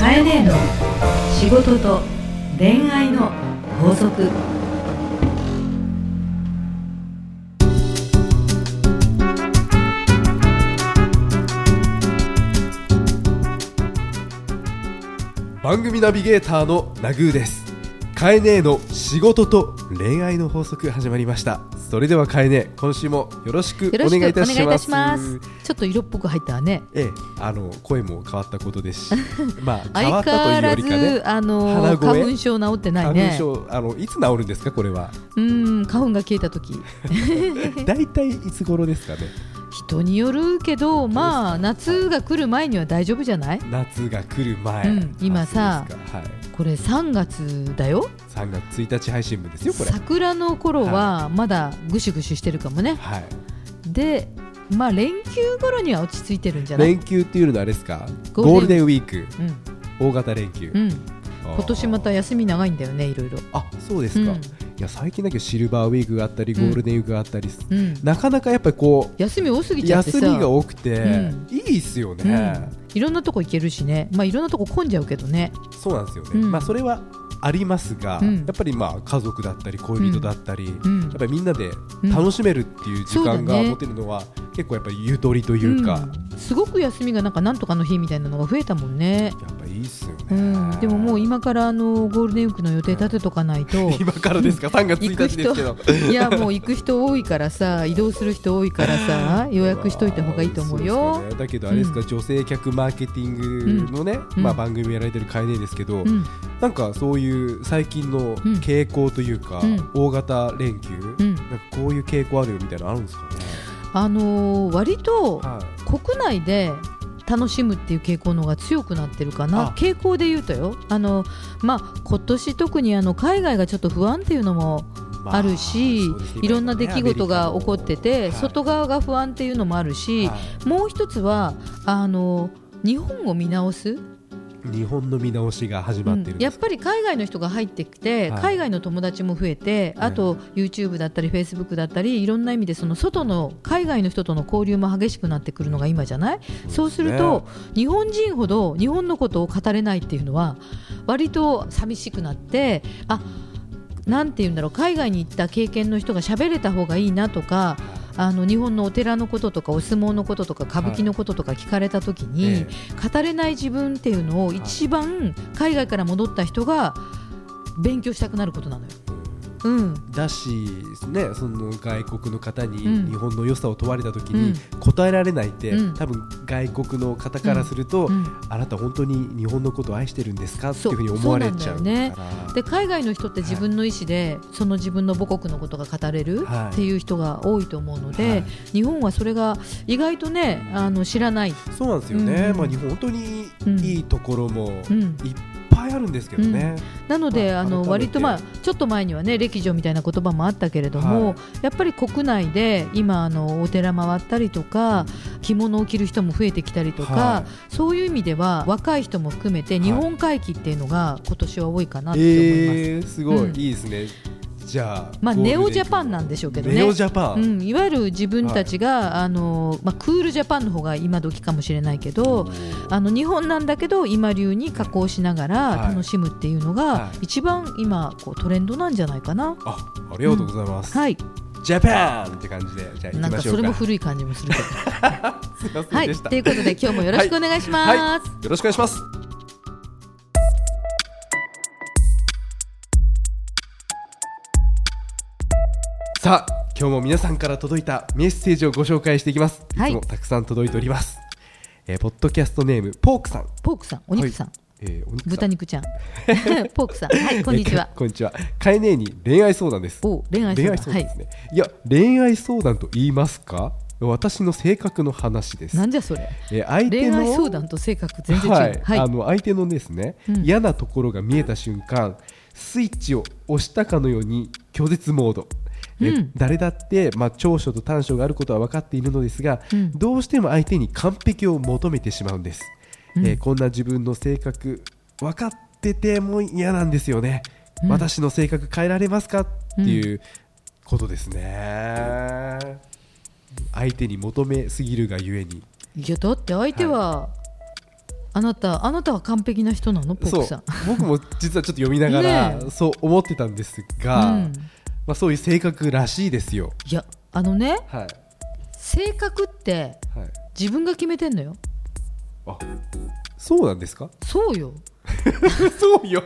かえねえの仕事と恋愛の法則番組ナビゲーターのナグーですカエネーの仕事と恋愛の法則始まりましたそれではカエネ今週もよろしくよろおしくお願願いいいいたたししまますす。ちょっと色っぽく入ったわね。ええ、あの声も変わったこ とですしまあ変相変わわったというよらりず、かねあ鼻の声花粉症治ってない花粉ね。症あのいつ治るんですかこれはうん、花粉が消えた時。大体いつ頃ですかね人によるけど、まあ夏が来る前には大丈夫じゃない？夏が来る前、うん今さあそうですかはいこれ3月だよ。 3月1日配信分ですよこれ桜の頃はまだぐしゅぐしゅしてるかもね。はいで、まあ連休頃には落ち着いてるんじゃない？連休っていうのはあれですかゴールデンゴールデンウィークうん、大型連休、うん。あー今年また休み長いんだよね、いろいろ。あそうですか、うんいや最近だけどシルバーウィークがあったりゴうんールデンウィークがあったりす、うん。なかなかやっぱりこう休み多すぎちゃってさ。休みが多くて、うんいいっすよね、うん、いろんなとこ行けるしね、まあ、いろんなとこ混んじゃうけどね、そうなんですよね、うんまあそれはありますが、うんやっぱりまあ家族だったり恋人だったり、うん、やっぱりみんなで楽しめるっていう時間うんがそうだね持てるのは、結構やっぱりゆとりというか、うんすごく休みがなんかなんとかの日みたいなのが増えたもんね、やっぱいいっすよね、うん、でももう今からあのゴールデンウィークの予定立てとかないと 今からですか3月1日ですけどいやもう行く人多いからさ移動する人多いから さ予約しといた方がいいと思うそよで。すねだけどあれですか、うん女性客マーケティングのね、うんまあ、うん番組やられてる会ねですけど、うんなんかそういう最近の傾向というか、うん大型連休、うんなんかこういう傾向あるよみたいなのあるんですかね、あのー割とはい、国内で楽しむっていう傾向の方が強くなってるかなあ傾向で言うとよあの、まあ、今年特にあの海外がちょっと不安っていうのもまあるし、そうですねいろんな出来事が起こってて、アメリカの外側が不安っていうのもあるし、はいもう一つはあの日本を見直す、はい日本の見直しが始まってるんうんでやっすか、ぱり海外の人が入ってきて、はい海外の友達も増えて、あと YouTube だったり Facebook だったりいろんな意味でその外の海外の人との交流も激しくなってくるのが今じゃないそうすると、日本人ほど日本のことを語れないっていうのは割と寂しくなってあなんて言うんだろう海外に行った経験の人が喋れた方がいいなとかあの日本のお寺のこととかお相撲のこととか歌舞伎のこととか聞かれた時に、え語れない自分っていうのを一番海外から戻った人が勉強したくなることなのよ。うんえだし、ね、その外国の方にうん日本の良さを問われた時うにん答えられないって、うん多分外国の方からすると、うんあなた本当に日本のことを愛してるんですかっていそううふうに思われちゃうそうなんだよねからで海外の人って自分の意思で、その自分の母国のことが語れるはいっていう人が多いと思うので、はい日本はそれが意外とねあの知らない、そうなんですよね、うんまあ、日本本当にうんいいところもういっん、ぱいあるんですけどね、なので、まああの改めて割と、まあ、ちょっと前にはね歴女みたいな言葉もあったけれども、はいやっぱり国内で今あのお寺回ったりとか着物を着る人も増えてきたりとか、はそういう意味では若い人も含めてい日本回帰っていうのが今年は多いかなって思います。えー、すごい、うんいいですねじゃあまあ、ゴールネデンウオィークジャパンなんでしょうけどねネオジャパン、うん、いわゆる自分たちが、あのまあ、クールジャパンの方が今時かもしれないけおど、ーあの日本なんだけど今流に加工しながらはい楽しむっていうのがはい一番今こうトレンドなんじゃないかな。あありがとうございます、はい、ジャパンって感じでじゃあ行なんきまかしょそうれかも古い感じもするけど。 すいませはんい、でした、ということで今日もよろしくお願いします。よろしくお願いしますさあ今日も皆さんから届いたメッセージをご紹介していきます、はいいつもたくさん届いております、えー、ポッドキャストネームポークさんポークさん、お肉さん、はいえー、お肉さん豚肉ちゃん、 ポークさん、はい、こんにちは えー。こんにちはカエネーに恋愛相談ですお恋愛相談恋愛相談ですね、い、や恋愛相談と言いますか私の性格の話ですなんじゃそれ。えー相手恋の愛相談と性格全然違う。は、はいい、あの相手のですね、うん嫌なところが見えた瞬間スイッチを押したかのように拒絶モード、えうん誰だって、まあ、長所と短所があることは分かっているのですが、うんどうしても相手に完璧を求めてしまうんです、えーこんな自分の性格分かってても嫌なんですよね、うん私の性格変えられますかっていうことですね、相手に求めすぎるがゆえにいやだって相手はあなたあなたは完璧な人なのポッそクうさん僕も実はちょっと読みながら、ねそう思ってたんですが、うんまあ、そういう性格らしいですよ。いやあのねはい性格ってはい、自分が決めてんのよあそうなんですかそうよ そうよ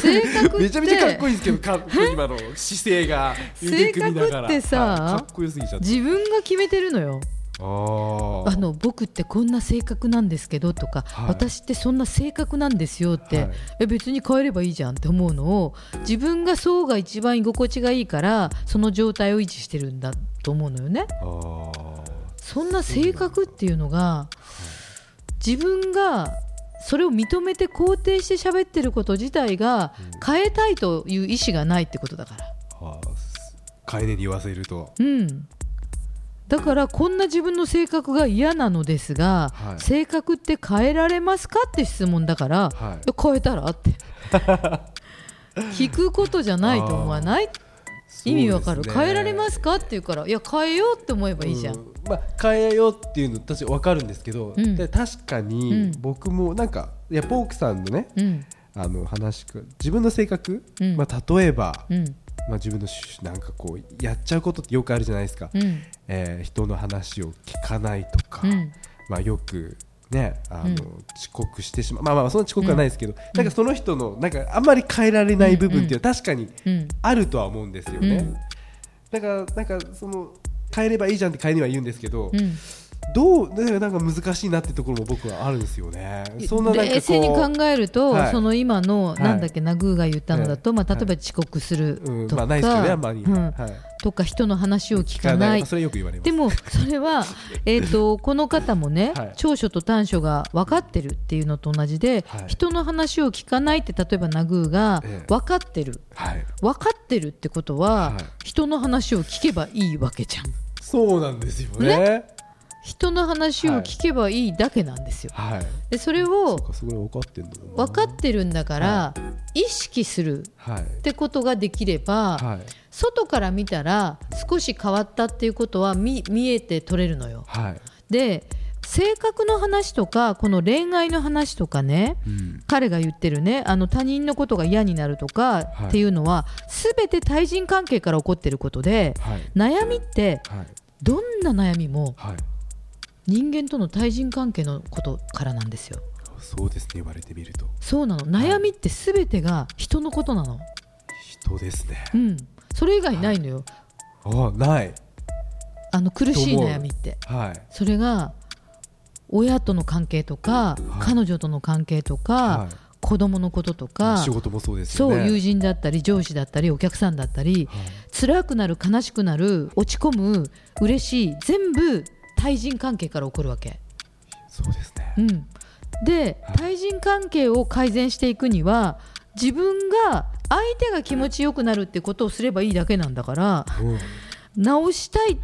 性格ってめちゃめちゃかっこいいですけどかっこいい今の姿勢が性格って腕組みながらさはいかっこよすぎちゃって自分が決めてるのよあーあの僕ってこんな性格なんですけどとか、はい私ってそんな性格なんですよって、はいえ別に変えればいいじゃんって思うのを自分がそうが一番居心地がいいからその状態を維持してるんだと思うのよねあーそんな性格っていうのが自分がそれを認めて肯定して喋ってること自体が変えたいという意思がないってことだからあーす楓に言わせるとうん、だからこんな自分の性格が嫌なのですが、はい性格って変えられますかって質問だから、はいいや変えたらって 聞くことじゃないと思わない意味わかる、変えられますすかって言うからいや変えようって思えばいいじゃん、うんまあ、変えようっていうの私わかるんですけど、うんで確かに僕もなんかいやポークさんのねうんあの話く自分の性格、うんまあ、例えば、うんまあ、自分のしなんかこうやっちゃうことってよくあるじゃないですか、うんえー人の話を聞かないとか、うんまあ、よく、ね、あうのん遅刻してしまう、まあ、まあまあその遅刻はないですけど、なんかその人のなんかあんまり変えられない部分っていうのは確かにうんあるとは思うんですよね。だからなんかその変えればいいじゃんって変えには言うんですけど、うんどうだからなんか難しいなってところも僕はあるんですよね。そんななんかこう冷静に考えると、はいその今の、いなんだっけナグーが言ったのだと、はまいあ、例えば遅刻するうんとまか、あ、ないですけどねあんまり、うんはい、とか人の話を聞かないまあそれよく言われますでもそれ は、えー、とこの方もね、はい長所と短所が分かってるっていうのと同じで、はい人の話を聞かないって例えばナグーがええ分かってる、はい分かってるってことは、はい人の話を聞けばいいわけじゃんそうなんですよね人の話を聞けばいいだけなんですよ、はいでそれそをっかすごい分かってんのもな分かってるんだから、意識するはいってことができれば、はい外から見たら少し変わったっていうことは見見えて取れるのよはいで性格の話とかこの恋愛の話とかねうん彼が言ってるねあの他人のことが嫌になるとかはいっていうのは、全て対人関係から起こってることではい悩みってはいどんな悩みもはい人間との対人関係のことからなんですよそうですね言われてみるとそうなの悩みって全てが人のことなの人ですねうんそれ以外ないのよ、あないあの苦しい悩みってはいそれが親との関係とか、はい彼女との関係とか、はい子供のこととか仕事もそうですよそねう友人だったり上司だったりお客さんだったりはい辛くなる悲しくなる落ち込む嬉しい全部対人関係から起こるわけ。そうですねうん、ではい対人関係を改善していくには自分が相手が気持ちよくなるってことをすればいいだけなんだからうん直したいっ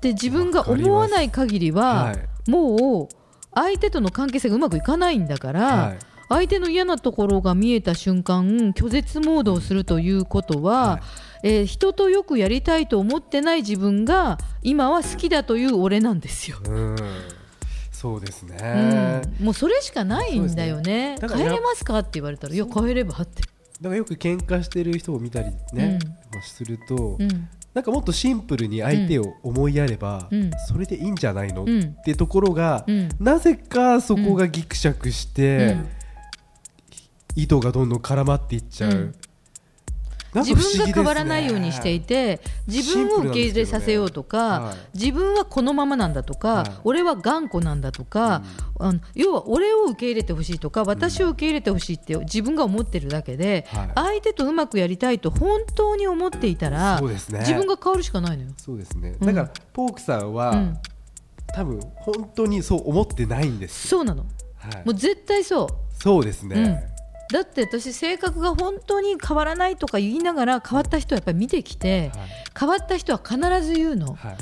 て自分が思わない限りははいもう相手との関係性がうまくいかないんだから。はい相手の嫌なところが見えた瞬間拒絶モードをするということは、はいえー人とよくやりたいと思ってない自分が今は好きだという俺なんですよ。うんそうですうねん、もうそれしかないんだよねそうですね変えれますかって言われたら「いや変えれば」って、だからよく喧嘩してる人を見たりねうんまあするとうんなんかもっとシンプルに相手を思いやれば、うんそれでいいんじゃないうの、んってところが、うんなぜかそこがギクシャクして、糸がどんどん絡まっていっちゃう、うんなんか自不思議分がですね変わらないようにしていて自分を受け入れさせようとか、シンプルなんですけどねはい自分はこのままなんだとか、はい俺は頑固なんだとか、あの要は俺を受け入れてほしいとか私を受け入れてほしいって自分が思ってるだけで、はい相手とうまくやりたいと本当に思っていたら、そうですね自分が変わるしかないのよ。そうですね、うんだからポークさんは、うん、多分本当にそう思ってないんですよ、そうなの、はいもう絶対そうそうですね、だって私性格が本当に変わらないとか言いながら変わった人はやっぱり見てきて、はい変わった人は必ず言うの、はい、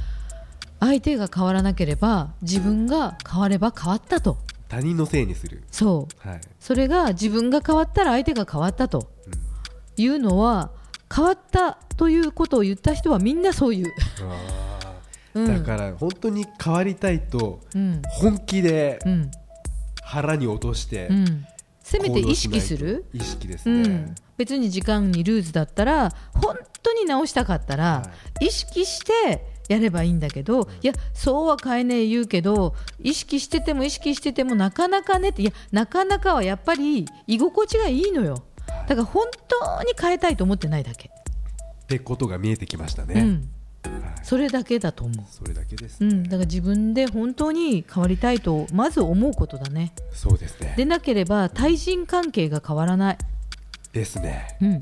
相手が変わらなければ自分が変われば変わったと他人のせいにする、そうはいそれが自分が変わったら相手が変わったとうんいうのは変わったということを言った人はみんなそういう、あーうん、だから本当に変わりたいとうん本気でうん腹に落として、うん、せめて意識する意識ですうね、ん、別に時間にルーズだったら本当に直したかったら、は意識してやればいいんだけどいやそうは変えねえ言うけど意識してても意識しててもなかなかねっていやなかなかはやっぱり居心地がいいのよだから本当に変えたいと思ってないだけ、ってことが見えてきましたうね、ん、はい、それだけだと思それだけですう、うね、ん、だから自分で本当に変わりたいとまず思うことだねそうですねでなければ対人関係が変わらない、ですねうん、はい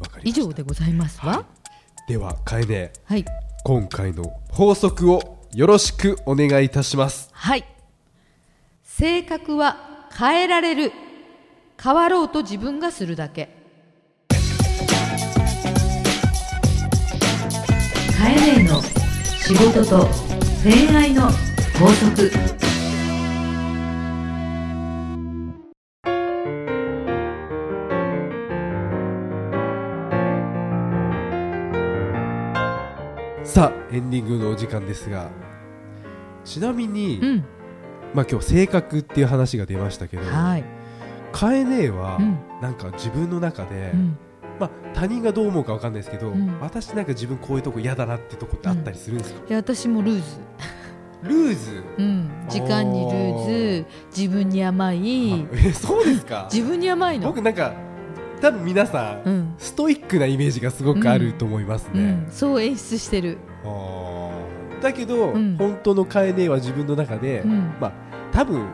わかり以ました上でございますわでは楓はい今回の法則をよろしくお願いいたしますはい性格は変えられる変わろうと自分がするだけカエネの仕事と恋愛の法則さあエンディングのお時間ですがちなみに、うんまあ今日性格っていう話が出ましたけどはい、楓は、うんなんか自分の中で、うん、まあ他人がどう思うかわかんないですけど、うん私なんか自分こういうとこ嫌だなってとこってあったりするんですか、いや私もルーズ、ルーズうん、時間にルーズ自分に甘いあ えそうですか自分に甘いの、僕なんか多分皆さん、うんストイックなイメージがすごくあると思いますうねん、、そう演出してる、あーだけど、うん本当の楓は自分の中で、うんまあ多分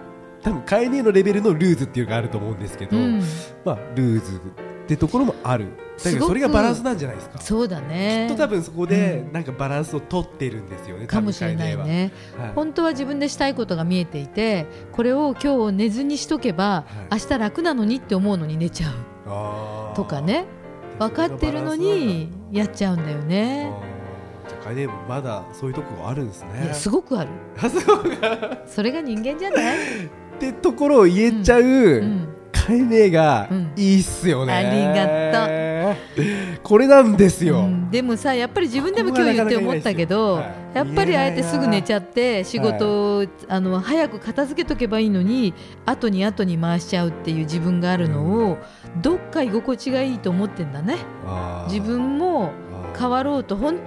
多分楓のレベルのルーズっていうのがあると思うんですけうど、ん、まあルーズってところもあるだけすどごくそれがバランスなんじゃないですかそうだきねっと多分そこでうんなんかバランスを取ってるんですよね、かもしれない多分ね楓は、はい本当は自分でしたいことが見えていてこれを今日寝ずにしとけば、は明日楽なのにって思うのに寝ちゃうあーとかね分かってるのにやっちゃうんだよあね。ーじゃあ楓もまだそういうとこがあるんですいやねすごくあるあそうそれが人間じゃない、ってところを言えちゃう、うん、カイネがうんいいっすよね、ありがとうこれなんですよ、うんでもさやっぱり自分でも今日言って思ったけどここがなかなやっか言えないですよはいぱりあえてすぐ寝ちゃって仕事を、あの早く片付けとけばいいのに後に後に回しちゃうっていう自分があるのをどっか居心地がいいと思ってんだねあー自分もあー変わろうと本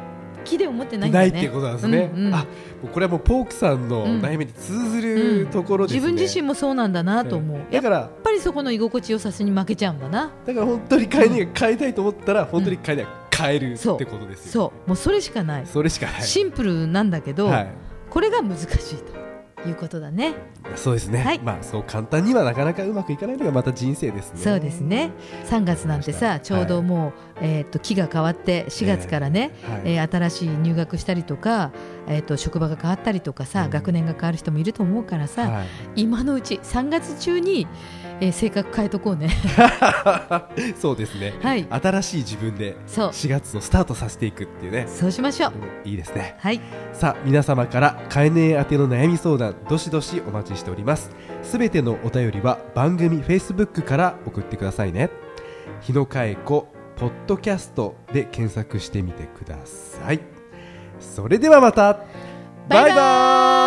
気で思ってないんなだいねっていうことなんですね、うんうんあもうこれはもうポークさんのうん悩みに通ずるところですね、自分自身ももそうなんだなと思う、やだっからぱりそこの居心地よさせに負けちゃうんだなだから本当にカイネが変えたいと思ったら本当にカイネは変えるってそうことですよ、そうもうそれしかない、それしかないシンプルなんだけど、はいこれが難しいということだねそうですね、はいまあそう簡単にはなかなかうまくいかないのがまた人生ですねそうですね3月なんてはさいちょうどもう、えー、と期が変わって4月からね、はいえー新しい入学したりとか、えー、と職場が変わったりとかさ、うん学年が変わる人もいると思うからさ、はい今のうち3月中に、えー性格変えとこうね そうですね、はい新しい自分でそう4月をスタートさせていくっていうねそうしましょういいですねはいさあ皆様からカエネ宛ての悩み相談どしどしお待ちしておりますすべてのお便りは番組 Facebook から送ってくださいね日野かえ子ポッドキャストで検索してみてくださいそれではまたバイババイバーイ